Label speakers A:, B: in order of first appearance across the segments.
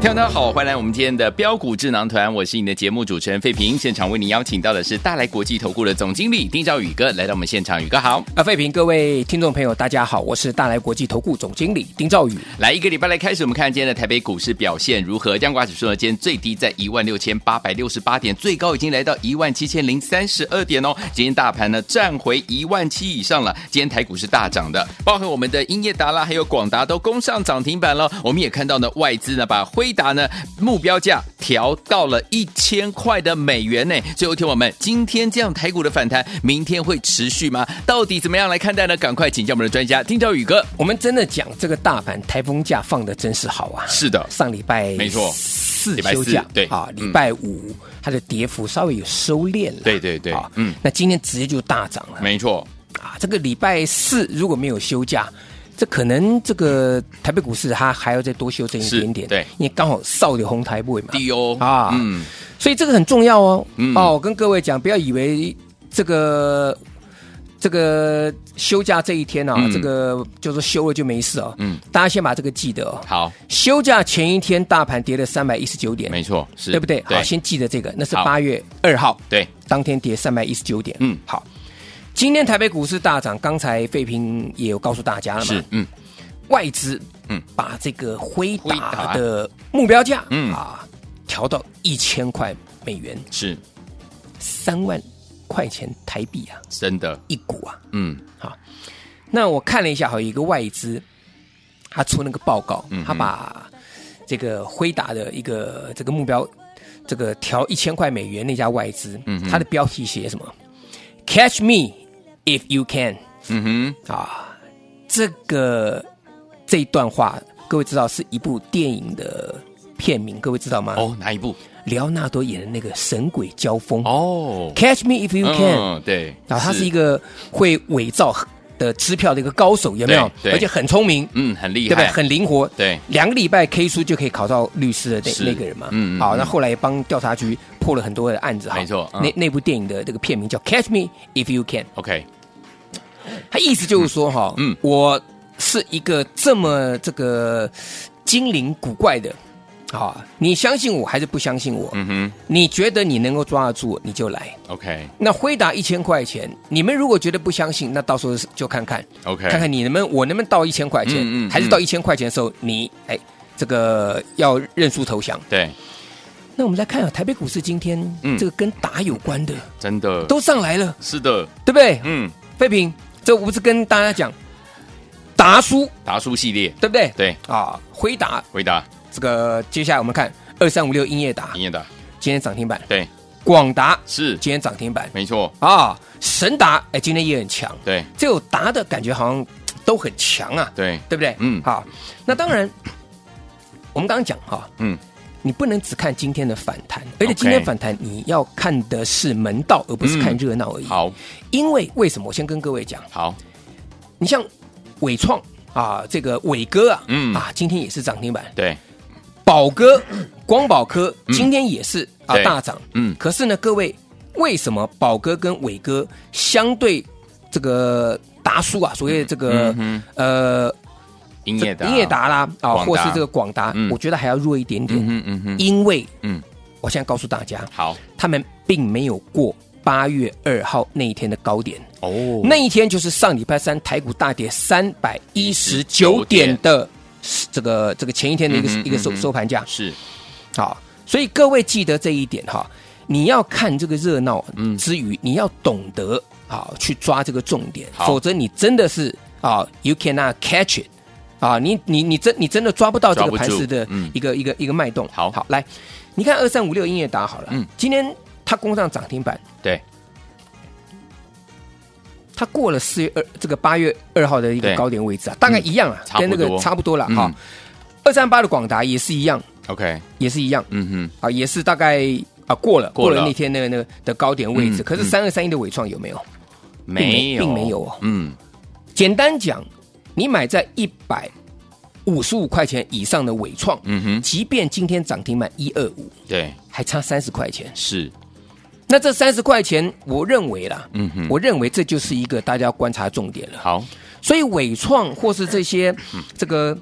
A: 听众大家好，欢迎来我们今天的标股智囊团，我是你的节目主持人费平。现场为您邀请到的是大来国际投顾的总经理丁兆宇哥来到我们现场，宇哥好。
B: 啊，费平，各位听众朋友，大家好，我是大来国际投顾总经理丁兆宇。
A: 来一个礼拜来开始，我们看今天的台北股市表现如何？央股指数呢，今天最低在16,868点，最高已经来到17,032点哦。今天大盘呢站回1万七以上了。今天台股是大涨的，包括我们的英业达啦，还有广达都攻上涨停板了。我们也看到呢，外资呢把辉达呢目标价调到了一千块的美元呢。所以，有听我们今天这样台股的反弹，明天会持续吗？到底怎么样来看待呢？赶快请教我们的专家丁兆宇哥。
B: 我们真的讲这个大盘台风假放的真是好啊！
A: 是的
B: 上礼拜
A: 没错
B: 四
A: 礼拜
B: 休
A: 四
B: 假
A: 对
B: 啊，礼
A: 嗯
B: 拜五它的跌幅稍微有收敛了，
A: 对对对
B: 啊
A: 嗯
B: 那今天直接就大涨了
A: 没错，
B: 啊！这个礼拜四如果没有休假。这可能这个台北股市它还要再多修正一
A: 是
B: 点点，
A: 对
B: 因为刚好少的红台位嘛，
A: 低哦
B: 啊
A: 嗯，
B: 所以这个很重要哦。
A: 嗯
B: 哦，我跟各位讲，不要以为这个这个休假这一天啊，
A: 嗯
B: 这个就是休了就没事哦。
A: 嗯，
B: 大家先把这个记得哦。
A: 好，
B: 休假前一天，大盘跌了三百一十九点，
A: 没错，是
B: 哎对不对？好，
A: 对，
B: 先记得这个，那是
A: 好
B: 八月二号，
A: 对，
B: 当天跌三百一十九点。
A: 嗯
B: 好。今天台北股市大涨，刚才费平也有告诉大家了嘛，
A: 是，嗯，
B: 外资
A: 嗯
B: 把这个辉
A: 辉达
B: 达的目标价
A: 嗯
B: 啊调到一千块美元，
A: 是
B: 三万块钱台币啊，
A: 真的，
B: 一股啊。
A: 嗯，
B: 那我看了一下，好有一个外资，他出那个报告，
A: 嗯哼
B: 他把这个辉达的一个这个目标，这个调一千块美元那家外资，
A: 嗯哼
B: 他的标题写什么？Catch me if you can
A: 嗯
B: 啊，这个这一段话，各位知道是一部电影的片名，各位知道吗？
A: 哼，哦，哪一部？
B: 莱昂纳多演的那个《神鬼交锋》
A: 哦
B: c a t c h me if 嗯 you can，、
A: 嗯对，
B: 然后啊他是一，个会伪造的支票的一个高手，有没有？
A: 对对
B: 而且很聪明，
A: 嗯，很厉
B: 对不对？
A: 害，
B: 很灵活，
A: 对
B: 两个礼拜 K 书就可以考到律师的
A: 是
B: 那那个人嘛。
A: 嗯嗯嗯
B: 好，那后来帮调查局破了很多的案子哈。
A: 没错嗯
B: 那那部电影的这个片名叫《Catch Me If You Can》，
A: ，OK，
B: 他意思就是说哈，
A: 嗯
B: 嗯，我是一个这么这个精灵古怪的。啊，你相信我还是不相信我？
A: 嗯哼
B: 你觉得你能够抓得住我，你就来。
A: ，OK，
B: 那辉达一千块钱，你们如果觉得不相信，那到时候就看看
A: OK
B: 看看你能不能我能不能到一千块钱，
A: 嗯嗯
B: 还是到一千块钱的时候你哎这个要认输投降。
A: 对，
B: 那我们来看啊，台北股市今天、
A: 嗯
B: 这个跟打有关的
A: 真的，
B: 都上来了，
A: 是的，
B: 对不对？
A: 嗯，
B: 废品，这我不是跟大家讲达叔
A: 达叔系列，
B: 对不对？
A: 对，
B: 啊，辉达
A: 回答
B: 这个接下来我们看二三五六英业达
A: 营业的，
B: 今天涨停板，
A: 对，
B: 广达
A: 是，
B: 今天涨停板
A: 没错，
B: 啊，神达哎今天也很强。
A: 对
B: 这有达的感觉好像都很强啊，
A: 对，
B: 对不对？
A: 嗯
B: 好，那当然，我们刚刚讲哈，
A: 嗯，
B: 你不能只看今天的反弹，而且今天反弹你要看的是门道，而不是看热闹而已。，
A: 好
B: 因为为什么？我先跟各位讲，
A: 好，
B: 你像伟创啊，这个伟哥啊，
A: 嗯
B: 啊，今天也是涨停板，
A: 对，
B: 宝哥、光宝科今天也是、啊
A: 嗯对
B: 大涨，
A: 嗯
B: 可是呢，各位为什么宝哥跟伟哥相对这个达叔啊，所谓这个、
A: 嗯
B: 呃
A: 营业的，
B: 英业，达啦啊，
A: 广达
B: 或是这个广达，
A: 嗯
B: 我觉得还要弱一点点，
A: 嗯哼嗯哼，
B: 因为
A: 嗯，
B: 我现在告诉大家，
A: 好，
B: 他们并没有过八月二号那一天的高点，
A: 哦
B: 那一天就是上礼拜三台股大跌三百一十九点的这个这个前一天的一个、
A: 嗯哼
B: 一个收
A: 嗯哼
B: 收盘价，
A: 是，
B: 好，啊所以各位记得这一点哈，你要看这个热闹
A: 嗯
B: 之余，你要懂得啊去抓这个重点，
A: 好
B: 否则你真的是啊，you cannot catch it。啊，你你你真你真的抓不到这
A: 抓
B: 个
A: 不
B: 盘
A: 住
B: 势的
A: 嗯
B: 一个、一个一个脉动。
A: 好
B: 好，来，你看二三五六音乐打好了，
A: 嗯
B: 今天它攻上涨停板，
A: 对，
B: 它过了四月二这个八月二号的一个
A: 对嗯
B: 高点位置啊，大概一样啊，
A: 差不
B: 跟那个
A: 多
B: 差不多了
A: 嗯
B: 哈。二三八的广达也是一样，
A: ，OK，
B: 也是一样
A: 嗯
B: 啊，也是大概啊过了
A: 过
B: 过
A: 了
B: 了那天那个那个的高点位置，
A: 嗯
B: 可是
A: 嗯
B: 三二三一的伟创有没有？
A: 哼，没有，
B: 并没有哦
A: 嗯，
B: 简单讲，你买在一百五十五块钱以上的伟创，
A: 嗯哼，
B: 即便今天涨停板一二五，
A: 对，
B: 还差三十块钱。
A: 是，
B: 那这三十块钱，我认为啦，
A: 嗯哼，
B: 我认为这就是一个大家要观察重点了。
A: 好，
B: 所以伟创或是这些这个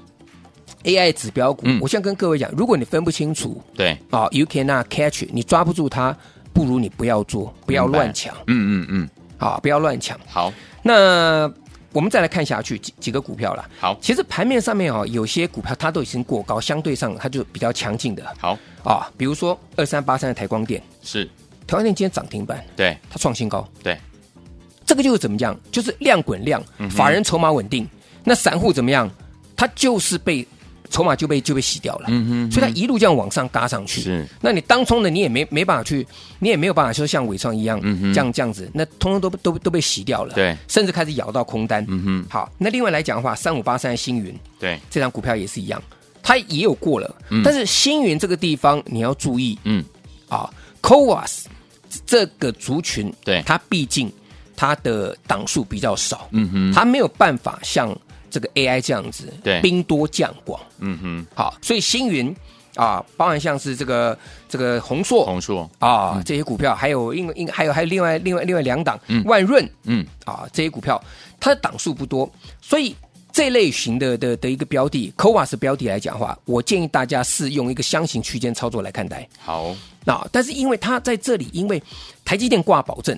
B: AI 指标股
A: 嗯，
B: 我现在跟各位讲，如果你分不清楚
A: 对，
B: 啊，you cannot catch，你抓不住它，不如你不要做，不要
A: 明白
B: 乱抢
A: 嗯嗯嗯，
B: 啊，不要乱抢。
A: 好，
B: 那我们再来看下去几几个股票啦。
A: 好，
B: 其实盘面上面哦，有些股票它都已经过高，相对上它就比较强劲的
A: 好，
B: 啊，比如说二三八三的台光电，
A: 是，
B: 台光电今天涨停板，
A: 对，
B: 它创新高，
A: 对，嗯
B: 这个就是怎么样，就是量滚量，法人筹码稳定，那散户怎么样，它就是被筹码就被就被洗掉了，
A: 嗯哼
B: 所以它一路这样往上嘎上去，
A: 是，
B: 那你当冲的你也没没办法去，你也没有办法说像伟创一样，
A: 嗯哼
B: 这样这样子，那通通都被都都被洗掉了，
A: 对，
B: 甚至开始咬到空单，
A: 嗯哼，
B: 好，那另外来讲的话，三五八三星云
A: 对，
B: 这张股票也是一样，它也有过了，
A: 嗯
B: 但是星云这个地方你要注意
A: 嗯，
B: 啊 c o a s 这个族群，
A: 对
B: 它毕竟它的档数比较少，
A: 嗯哼，
B: 它没有办法像这个 AI 这样子，
A: 对
B: 兵多将广，
A: 嗯哼，
B: 好，所以星云啊，包含像是这个这个宏硕
A: 红硕，
B: 啊这些股票，还有另另还有还有另外另外另外两档，万润
A: 嗯嗯，
B: 啊，这些股票它的档数不多，所以这类型的的的一个标的 c o v a s 标的来讲的话，我建议大家是用一个箱型区间操作来看待。
A: 好，
B: 那、但是因为它在这里，因为台积电挂保证。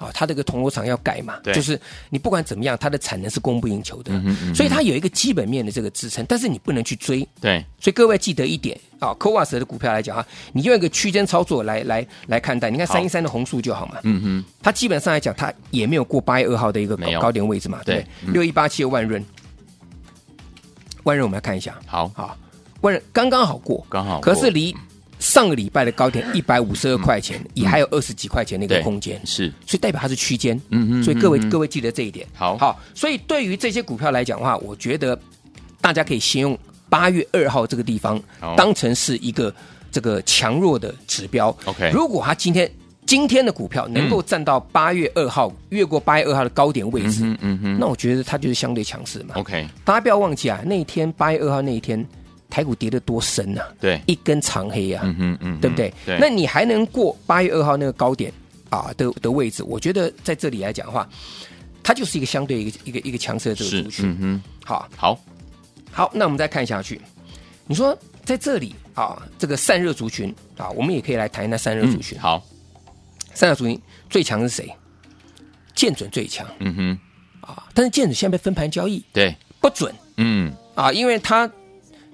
B: 啊，它这个铜锣厂要改嘛，
A: 对
B: 就是你不管怎么样，它的产能是供不应求的，
A: 嗯哼嗯哼
B: 所以它有一个基本面的这个支撑，但是你不能去追，
A: 对，
B: 所以各位记得一点啊 c o v a s 的股票来讲啊，你用一个区间操作来来来看待。你看
A: 好
B: 三一三的红树就好嘛，
A: 嗯哼，
B: 它基本上来讲，它也没有过八月二号的一个
A: 没有
B: 高高点位置嘛，对
A: 对嗯
B: 不对？六一八七的万润，万润我们来看一下，
A: 好，
B: 好，万润刚刚好过，
A: 刚好过
B: 可是离上个礼拜的高点一百五十二块钱，也还有二十几块钱的一
A: 嗯
B: 个
A: 对
B: 空间，
A: 是，
B: 所以代表它是区间，
A: 嗯哼
B: 所以各位
A: 嗯哼
B: 各位记得这一点。
A: 好
B: 好，所以对于这些股票来讲的话，我觉得大家可以先用八月二号这个地方
A: 好
B: 当成是一个这个强弱的指标。
A: OK
B: 如果它今天今天的股票能够站到八月二号、越过八月二号的高点位置，
A: 嗯嗯哼
B: 那我觉得它就是相对强势嘛。
A: ，OK，
B: 大家不要忘记啊，那一天八月二号那一天，台股跌得多深呐、啊，
A: 对，
B: 一根长黑啊。
A: 嗯哼嗯哼，
B: 对不对？
A: 对，
B: 那你还能过八月二号那个高点啊的的位置？我觉得在这里来讲的话，它就是一个相对一个一个一个强势的这个
A: 是
B: 族，群。
A: 嗯
B: 好
A: 哼，，好，
B: 好，那我们再看下去。你说在这里啊，这个散热族群啊，我们也可以来谈一谈散热族
A: 嗯，
B: 群。
A: 好，
B: 散热族群最强是谁？建准最强
A: 嗯哼，
B: 啊，但是建准现在被分盘交易
A: 对，
B: 不准
A: 嗯，
B: 啊，因为它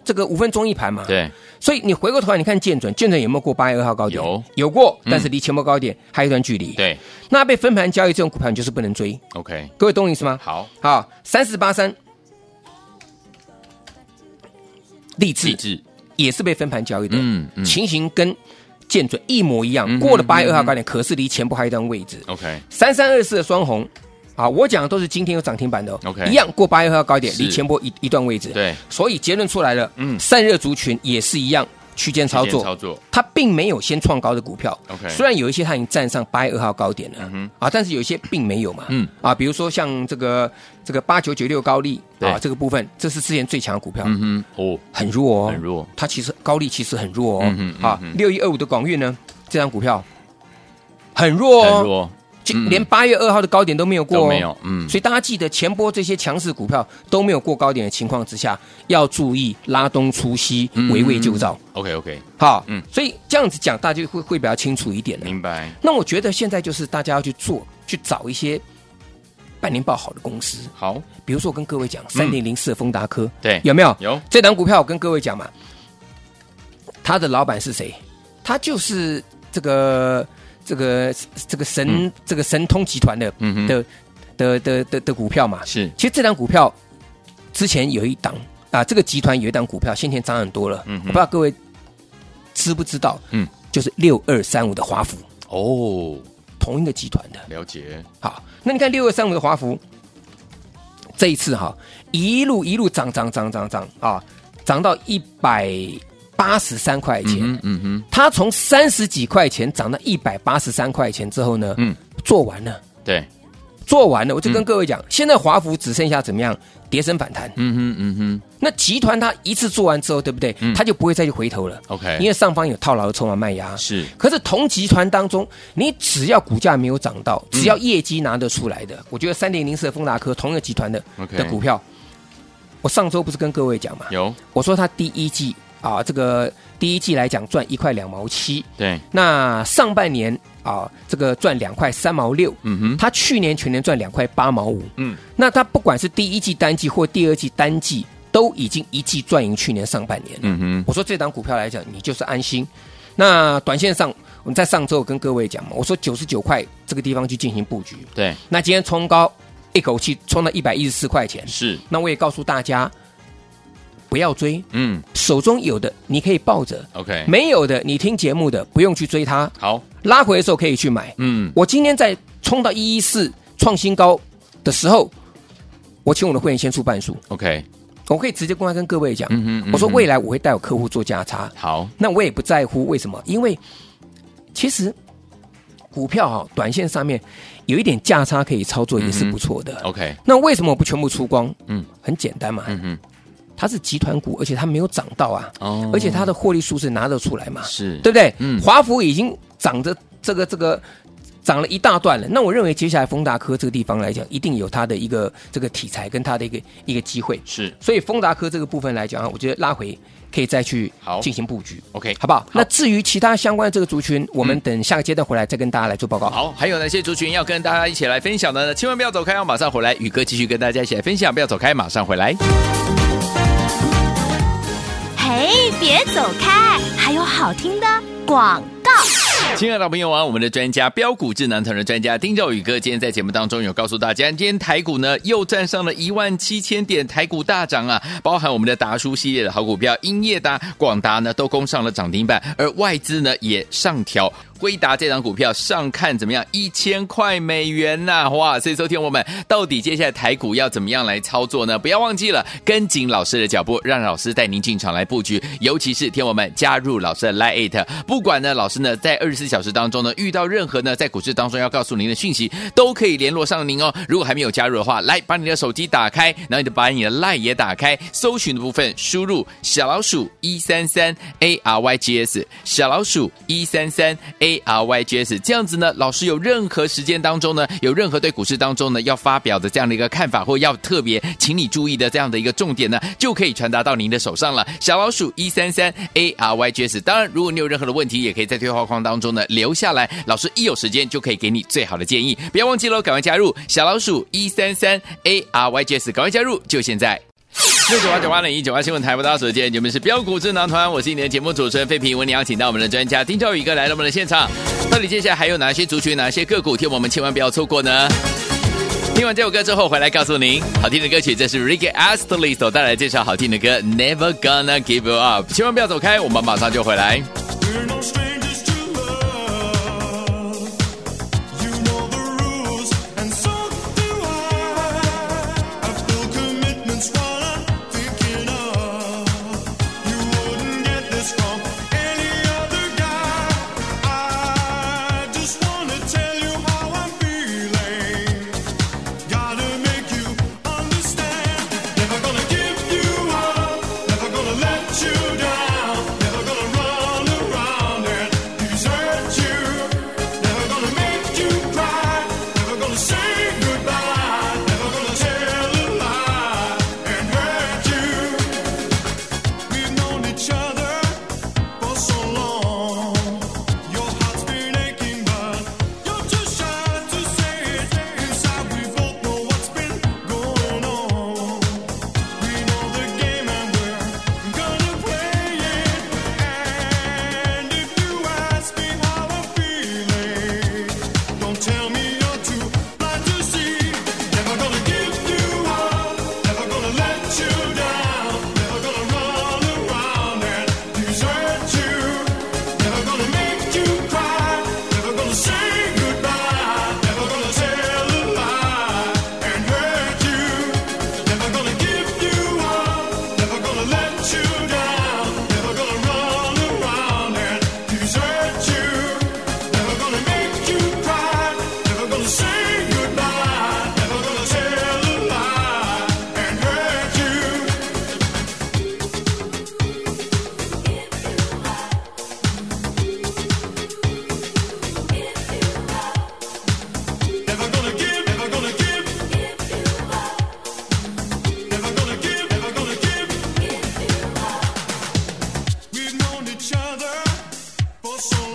B: 这个五分钟一盘嘛，
A: 对，
B: 所以你回过头来你看建准，建准有没有过八月二号高点？
A: 有嗯
B: 有过，但是离前波高点还有一段距离。。
A: 对
B: 那被分盘交易这种股票，你就是不能追。
A: ，OK，
B: 各位懂我意思吗？
A: 好，
B: 好，三四八三，励
A: 励
B: 志
A: 志，
B: 也是被分盘交易的，
A: 嗯嗯
B: 情形跟建准一模一样
A: 嗯，
B: 过了
A: 嗯
B: 八月
A: 嗯
B: 二号高点，可是离前部还有一段位置。
A: ，OK，
B: 三三二四的双红，啊，我讲的都是今天有涨停板的哦
A: OK
B: 一样过八月二号高点，
A: 是
B: 离前波一一段位置。，
A: 对，
B: 所以结论出来了，
A: 嗯
B: 嗯，散热族群也是一样，区间操
A: 时
B: 作
A: 间，操作，
B: 它并没有先创高的股票。
A: OK 嗯
B: 虽然有一些它已经站上八月二号高点了，
A: 哼
B: 啊，但是有一些并没有嘛，
A: 嗯
B: 啊，比如说像这个这个八九九六高利
A: 对
B: 啊，这个部分，这是之前最强的股票，
A: 嗯哼，哦，
B: 很弱哦，
A: 很弱，
B: 它其实高利其实很弱哦，
A: 嗯哼嗯哼
B: 啊，六一二五的广运呢，这张股票很弱哦，
A: 很弱，
B: 就
A: 嗯
B: 连八月二号的高点都没有过、
A: 都
B: 哦，
A: 没有，嗯，
B: 所以大家记得前波这些强势股票都没有过高点的情况之下，要注意拉东出西，
A: 嗯
B: 围魏救赵。
A: OK OK，
B: 好，
A: 嗯
B: 嗯，所以这样子讲，大家就会会比较清楚一点了。
A: 明白，
B: 那我觉得现在就是大家要去做，去找一些半年报好的公司，
A: 好，
B: 比如说我跟各位
A: 嗯
B: 讲三零零四的丰达科，
A: 对，
B: 有没有？
A: 有，
B: 这档股票我跟各位讲嘛，他的老板是谁？他就是这个这个这个神、
A: 嗯
B: 这个神通集团的
A: 嗯哼，
B: 的的的的的股票嘛。
A: 是，
B: 其实这档股票之前有一档啊，这个集团有一档股票先前涨很多了，
A: 嗯哼
B: 我不知道各位知不知道，
A: 嗯，
B: 就是六二三五的华孚，
A: 哦，
B: 同一个集团的。
A: 了解，
B: 好，那你看六二三五的华孚，这一次哈一路一路涨涨涨涨涨啊，涨到一百八十三块钱。
A: 嗯哼嗯哼，
B: 它从三十几块钱涨到一百八十三块钱之后呢，
A: 嗯，
B: 做完了，
A: 对，
B: 做完了，我就跟
A: 嗯
B: 各位讲，现在华孚只剩下怎么样跌升反弹。
A: 嗯哼嗯哼
B: 那集团它一次做完之后，对不对
A: 嗯？哎
B: 它就不会再去回头了，
A: ，OK，
B: 因为上方有套牢的筹码卖压。
A: 是
B: 可是同集团当中，你只要股价没有涨到，只要业绩拿得出来的，我觉得三点零四的丰达科同一个集团的
A: 嗯 OK
B: 的股票，我上周不是跟各位讲嘛，
A: 有，
B: 我说它第一季啊，这个第一季来讲赚一块两毛七，
A: 对，
B: 那上半年啊，这个赚两块三毛六，
A: 嗯哼，
B: 它去年全年赚两块八毛五，
A: 嗯，
B: 那它不管是第一季单季或第二季单季，都已经一季赚赢去年上半年了。
A: 嗯哼，
B: 我说这档股票来讲，你就是安心。那短线上，我们在上周有跟各位讲嘛，我说九十九块这个地方去进行布局。
A: 对，
B: 那今天冲高，一口气冲到一百一十四块钱。
A: 是，
B: 那我也告诉大家，不要追，
A: 嗯
B: 手中有的你可以抱着，
A: ，OK，
B: 没有的你听节目的不用去追它，
A: 好，
B: 拉回的时候可以去买。
A: 嗯，
B: 我今天在冲到一一四创新高的时候，我请我的会员先出半数，
A: OK，
B: 我可以直接公开跟各位讲，
A: 嗯哼，嗯哼
B: 我说未来我会带我客户做价差，
A: 好，
B: 那我也不在乎为什么，因为其实股票哈、短线上面有一点价差可以操作也是不错的。
A: OK，
B: 那为什么我不全部出光？
A: 哦嗯
B: 很简单嘛，
A: 嗯哼，
B: 它是集团股，而且它没有涨到啊，
A: 哦
B: 而且它的获利数是拿得出来嘛，
A: 是，
B: 对不对？
A: 嗯
B: 华孚已经涨着这个这个涨了一大段了，那我认为接下来丰达科这个地方来讲，一定有它的一个这个题材跟它的一个一个机会。
A: 是
B: 所以丰达科这个部分来讲啊，我觉得拉回可以再去
A: 好
B: 进行布局，
A: OK，
B: 好不好？那至于其他相关的这个族群，我们等下个阶段回来再跟大家来做报告。
A: 嗯好，还有哪些族群要跟大家一起来分享的呢？千万不要走开，哦，马上回来，宇哥继续跟大家一起来分享，不要走开，马上回来。
C: 嘿，别走开，还有好听的广告。
A: 亲爱的朋友啊，我们的专家标股智能团的专家丁兆宇哥，今天在节目当中有告诉大家，今天台股呢又站上了一万七千点，台股大涨啊，包含我们的达叔系列的好股票，英业达、广达呢都攻上了涨停板，而外资呢也上调。辉达这档股票上看怎么样？一千块美元呐、哇！所以说，听我们到底接下来台股要怎么样来操作呢？不要忘记了跟紧老师的脚步，让老师带您进场来布局。尤其是听我们加入老师的 Line It，不管呢老师呢在二十四小时当中呢遇到任何呢在股市当中要告诉您的讯息，都可以联络上您哦。如果还没有加入的话，来把你的手机打开，然后你就把你的 Line 也打开，搜寻的部分输入小老鼠一三三 A R Y G S，小老鼠一三三 A R Y G S，这样子呢，老师有任何时间当中呢，有任何对股市当中呢要发表的这样的一个看法，或要特别请你注意的这样的一个重点呢，就可以传达到您的手上了。小老鼠一三三 A R Y G S，当然，如果你有任何的问题，也可以在对话框当中呢留下来，老师一有时间就可以给你最好的建议。不要忘记喽，赶快加入小老鼠一三三 A R Y G S，赶快加入，就现在。六九八九八零一九八新闻台，不到所见，你们是标股智囊团，我是你的节目主持人费平，为你邀请到我们的专家丁兆宇哥来到我们的现场。到底接下来还有哪些族群、哪些个股，听我们千万不要错过呢？听完这首歌之后，回来告诉您好听的歌曲，这是 Ricky Astley 所带来这首好听的歌《Never Gonna Give You Up》，千万不要走开，我们马上就回来。
D: We're no strangers to love. You know the rules, and so do I. I've still commitments while I'm thinking of. You wouldn't get this from any other guy. I just wanna tell you how I'm feeling. Gotta make you understand. Never gonna give you up. Never gonna let you down. Never gonna run around and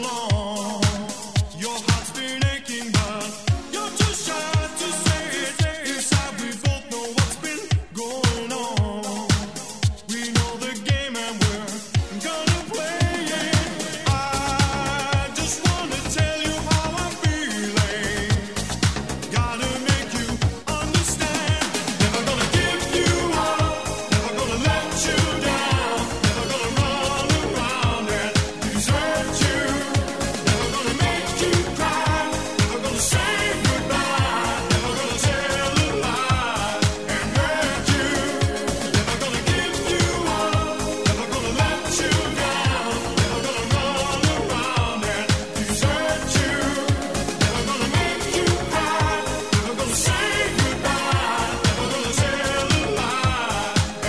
D: long. Your heart's been aching, but you're too shy to say it. Inside, we both know what's been going on. We know the game and we're gonna play it. I just wanna tell you how I'm feeling. Gotta make you understand. Never gonna give you up. Never gonna let you down. Never gonna run around and desert you. Never gonna make you cry. Never gonna say goodbye. Never gonna tell a lie and hurt you. Never gonna give you up. Never gonna let you down. Never gonna run around and desert you. Never gonna make you cry. Never gonna say goodbye. Never gonna tell a lie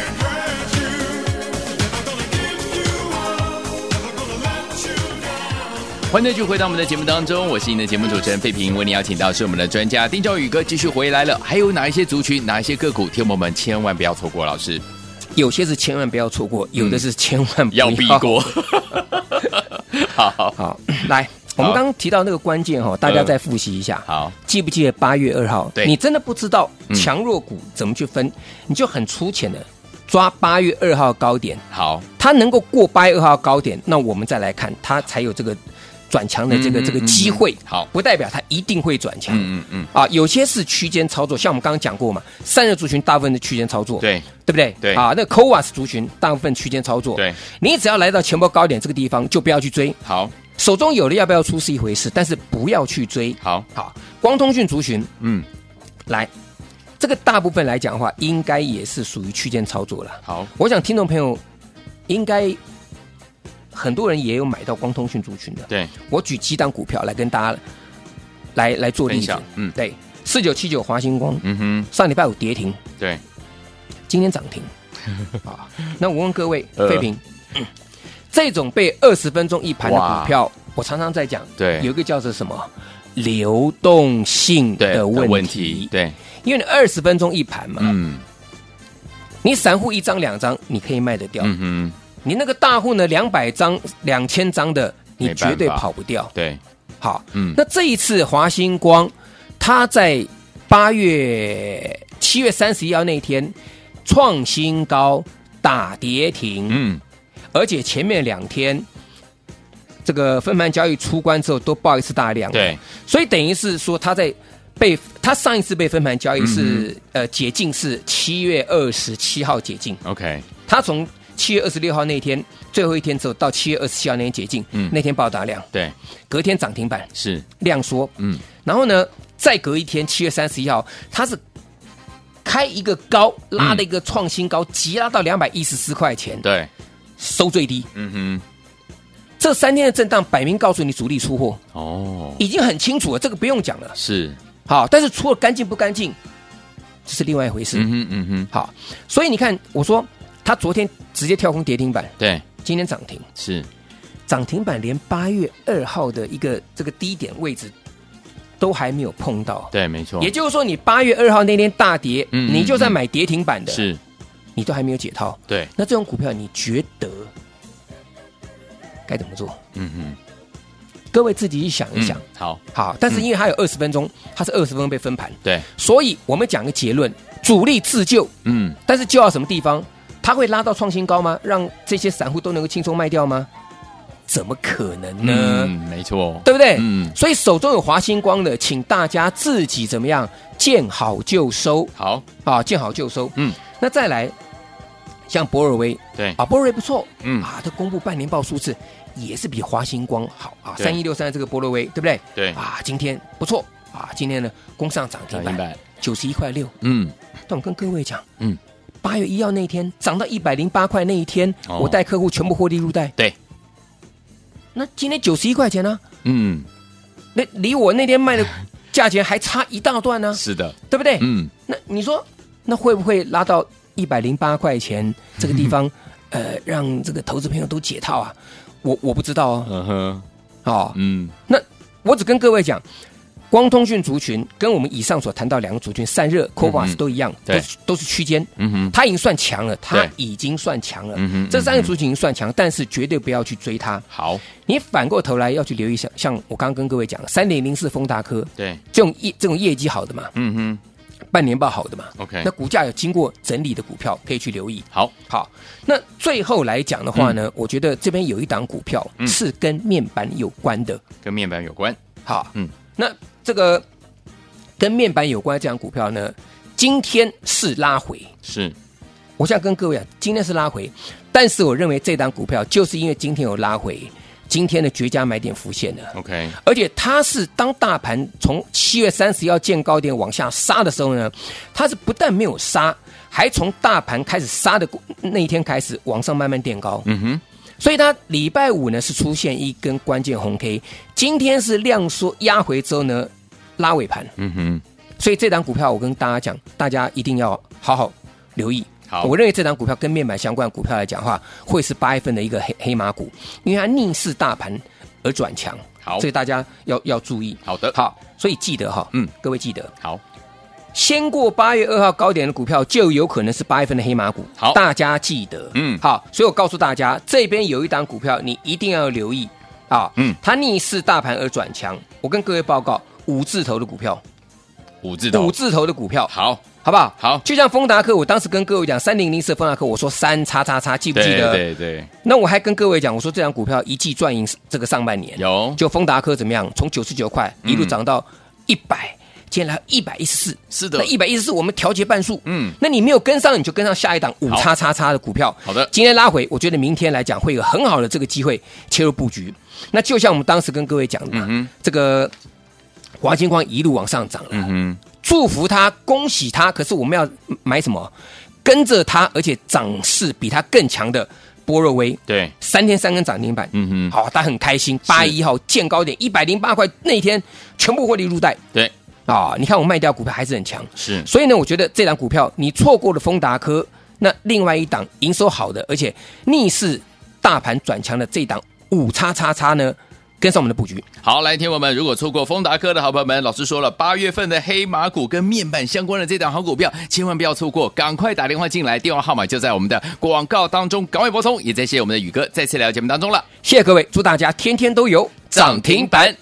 D: and hurt you. Never gonna give you up. Never gonna let you down.
A: 欢迎继续回到我们的节目当中，我是您的节目主持人费平，为您邀请到是我们的专家丁兆宇哥继续回来了。还有哪一些族群，哪一些个股，天友们千万不要错过，老师
B: 有些是千万不要错过，有的是千万不
A: 嗯要避过。 好
B: 好，来，我们刚刚提到那个关键哈，大家再复习一下。
A: 好，
B: 记不记得八月二号？
A: 对嗯
B: 你真的不知道强弱股怎么去分，你就很粗浅的抓八月二号高点，
A: 好，
B: 它能够过八月二号高点，那我们再来看它才有这个转强的这个
A: 嗯
B: 这个机会。
A: 好
B: 不代表它一定会转强。
A: 嗯嗯嗯，
B: 啊，有些是区间操作，像我们刚刚讲过嘛，散热族群大部分的区间操作，
A: 对
B: 对不对？
A: 对
B: 啊，那 COAS 族群大部分区间操作，
A: 对，
B: 你只要来到前波高点这个地方，就不要去追，
A: 好，
B: 手中有的要不要出是一回事，但是不要去追。
A: 好，
B: 好，光通讯族群
A: 嗯，
B: 来，这个大部分来讲的话，应该也是属于区间操作了。
A: 好，
B: 我想听众朋友应该很多人也有买到光通讯族群的。
A: 对，
B: 我举几档股票来跟大家来来做例
A: 分
B: 子
A: 享。嗯
B: 对，四九七九华星光，
A: 嗯哼，
B: 上礼拜五跌停，
A: 对，
B: 今天涨 停。啊，那我问各位，
A: 呃
B: 废品、嗯这种被二十分钟一盘的
A: 哇
B: 股票，我常常在讲，
A: 对
B: 有一个叫做什么流动性
A: 对
B: 的呃问题，
A: 对，
B: 因为你二十分钟一盘嘛，
A: 嗯，
B: 你散户一张两张你可以卖得掉，
A: 嗯哼，
B: 你那个大户呢两百张、两千张的，你
A: 没办法
B: 绝对跑不掉。
A: 对，
B: 好，
A: 嗯
B: 那这一次华星光，它在八月七月三十一号那一天创新高打跌停，
A: 嗯，
B: 而且前面两天这个分盘交易出关之后都爆一次大量，，
A: 对，
B: 所以等于是说它在被它上一次被分盘交易
A: 嗯
B: 是、呃解禁是七月二十七号解禁，
A: ，OK，
B: 它从七月二十六号那一天最后一天之后到七月二十七号那天解禁，
A: 嗯
B: 那天爆大量，
A: 对，
B: 隔天涨停板
A: 是，
B: 量缩，
A: 嗯，
B: 然后呢，再隔一天，七月三十一号，它是开一个高，拉了一个创新高，急拉到两百一十四块钱，
A: 对，
B: 收最低。
A: 嗯
B: 这三天的震荡，摆明告诉你主力出货，
A: 哼，哦，
B: 已经很清楚了，这个不用讲了。
A: 是，
B: 好，但是除了干净不干净，这是另外一回事。
A: 嗯哼，嗯哼，
B: 好，所以你看，我说它昨天直接跳空跌停板，
A: 对，
B: 今天涨停，
A: 是，
B: 涨停板连八月二号的一个这个低点位置都还没有碰到。
A: 对，没错，
B: 也就是说，你八月二号那天大跌，
A: 嗯
B: 你就算买跌停板的，
A: 是，
B: 你都还没有解套。
A: 对，
B: 那这种股票，你觉得该怎么做？
A: 嗯哼。
B: 各位自己去想一想。
A: 嗯好，
B: 好，但是因为它有二十分钟，它是二十分钟被分盘，
A: 对，
B: 所以我们讲个结论：主力自救，
A: 嗯，
B: 但是救到什么地方？它会拉到创新高吗？让这些散户都能够轻松卖掉吗？怎么可能呢？
A: 嗯，没错，
B: 对不对？
A: 嗯
B: 所以手中有华星光的，请大家自己怎么样见好就收。
A: 好，
B: 啊，见好就收。
A: 嗯，
B: 那再来像博尔威
A: 对，
B: 啊，博尔威不错，
A: 嗯
B: 啊，它公布半年报数字也是比华星光好啊，
A: 对
B: 三一六三这个博尔威对不对？
A: 对
B: 啊，今天不错啊，今天呢攻上涨停
A: 涨停
B: 板
A: 板，
B: 九十一块六，
A: 嗯，
B: 但我跟各位讲，
A: 嗯，
B: 八月一号那一天涨到一百零八块那一天，
A: 哦
B: 我带客户全部获利入袋，
A: 对，
B: 那今天九十一块钱呢、啊
A: 嗯，
B: 那离我那天卖的价钱还差一大段 呢、
A: 是的，
B: 对不对？
A: 嗯，
B: 那你说，那会不会拉到一百零八块钱这个地 方？呃，让这个投资朋友都解套啊？我我不知道哦。
A: 嗯哼，
B: 哦，
A: 嗯，
B: 那我只跟各位讲，光通讯族群跟我们以上所谈到两个族群散热、COVAS 都一样，
A: 嗯对
B: 都是都是区间，
A: 嗯哼
B: 它已经算强了，它
A: 对
B: 已经算强了
A: 嗯哼，
B: 这三个族群已经算强，但是绝对不要去追它。
A: 好，
B: 你反过头来要去留意一下，像我刚刚跟各位讲，三点零四丰达科
A: 对，
B: 这种业这种业绩好的嘛，
A: 嗯
B: 半年报好的嘛
A: OK
B: 那股价有经过整理的股票可以去留意。
A: 哼，好，
B: 好，那最后来讲的话呢，我觉得这边有一档股票
A: 嗯
B: 是跟面板有关的。
A: 跟面板有关，
B: 好，
A: 嗯
B: 嗯，那这个跟面板有关的这档股票呢，今天是拉回。
A: 是，
B: 我想跟各位讲，今天是拉回，但是我认为这档股票就是因为今天有拉回，今天的绝佳买点浮现了。
A: OK，
B: 而且它是当大盘从七月三十要见高点往下杀的时候呢，它是不但没有杀，还从大盘开始杀的那一天开始往上慢慢垫高。
A: 嗯哼，
B: 所以它礼拜五呢是出现一根关键红 K，今天是量缩压回之后呢拉尾盘，
A: 嗯哼，
B: 所以这档股票我跟大家讲，大家一定要好好留意。
A: 好
B: 我认为这档股票跟面板相关股票来讲的话，会是八月份的一个黑黑马股，因为它逆势大盘而转强。
A: 好
B: 所以大家要要注意。
A: 好的
B: 好，所以记得哈，
A: 嗯
B: 嗯，各位记得，
A: 好，
B: 先过八月二号高点的股票，就有可能是八月份的黑马股。
A: 好
B: 大家记得，
A: 嗯
B: 好，所以我告诉大家，这边有一档股票，你一定要留意啊，
A: 嗯
B: 它逆势大盘而转强。我跟各位报告，五字头的股票，
A: 五字
B: 五
A: 头，
B: 字头的股票，
A: 好，
B: 好不好？
A: 好
B: 就像丰达科，我当时跟各位讲三零零四丰达科，我说三叉叉叉，记不
A: 对
B: 记得？
A: 对对，
B: 那我还跟各位讲，我说这张股票一季赚赢这个上半年，
A: 有
B: 就丰达科怎么样，从九十九块一
A: 嗯
B: 路涨到一百、今天来一百一十四，
A: 是的
B: 那一百一十四我们调节半数，
A: 嗯
B: 那你没有跟上，你就跟上下一档五
A: 好
B: 叉叉叉的股票，
A: 好的
B: 今天拉回，我觉得明天来讲会有很好的这个机会切入布局。那就像我们当时跟各位讲的嘛，
A: 嗯
B: 这个华金光一路往上涨了，
A: 嗯
B: 祝福他，恭喜他。可是我们要买什么？跟着他，而且涨势比他更强的波若威，
A: 对，
B: 三天三根涨停板。
A: 嗯哼，
B: 好，他很开心。八一号见高点一百零八块那一天，全部获利入袋
A: 对，
B: 啊！你看我卖掉股票还是很强，
A: 是，
B: 所以呢，我觉得这档股票你错过了丰达科，那另外一档营收好的，而且逆势大盘转强的这档五叉叉叉呢，跟上我们的布局。
A: 好，来，听我们，如果错过丰达科的好朋友们，老师说了，八月份的黑马股跟面板相关的这档好股票，千万不要错过，赶快打电话进来，电话号码就在我们的广告当中，赶快拨通。也再谢谢我们的宇哥再次来到节目当中了，
B: 谢谢各位，祝大家天天都有
A: 涨停板。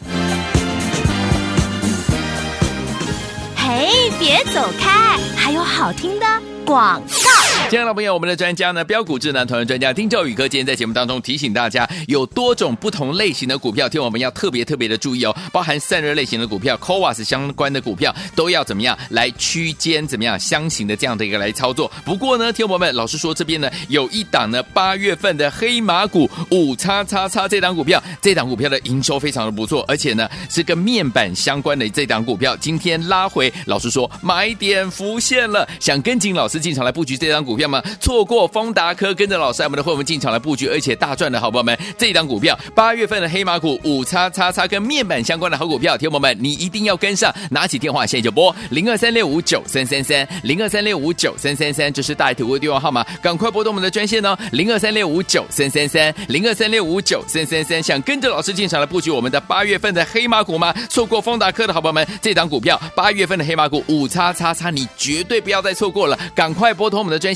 C: 嘿，别走开，还有好听的广告。
A: 亲爱的朋友我们的专家呢，标股智能团的专家丁兆宇哥，今天在节目当中提醒大家，有多种不同类型的股票，听我们要特别特别的注意哦，包含散热类型的股票、COAS 相关的股票，都要怎么样来区间怎么样相型的这样的一个来操作。不过呢，听我们老师说这边呢，有一档呢八月份的黑马股五叉叉叉这档股票，这档股票的营收非常的不错，而且呢是跟面板相关的这档股票，今天拉回，老师说买点浮现了，想跟紧老师进场来布局这档股票吗？错过丰达科，跟着老师我们的会员进场来布局，而且大赚的好朋友们，这档股票八月份的黑马股五叉叉叉跟面板相关的好股票，听友们你一定要跟上，拿起电话现在就拨零二三六五九三三三零二三六五九三三三，这是大图的电话号码，赶快拨动我们的专线哦，零二三六五九三三三零二三六五九三三三，想跟着老师进场来布局我们的八月份的黑马股吗？错过丰达科的好朋友们，这档股票八月份的黑马股五叉叉叉，你绝对不要再错过了，赶快拨通我们的专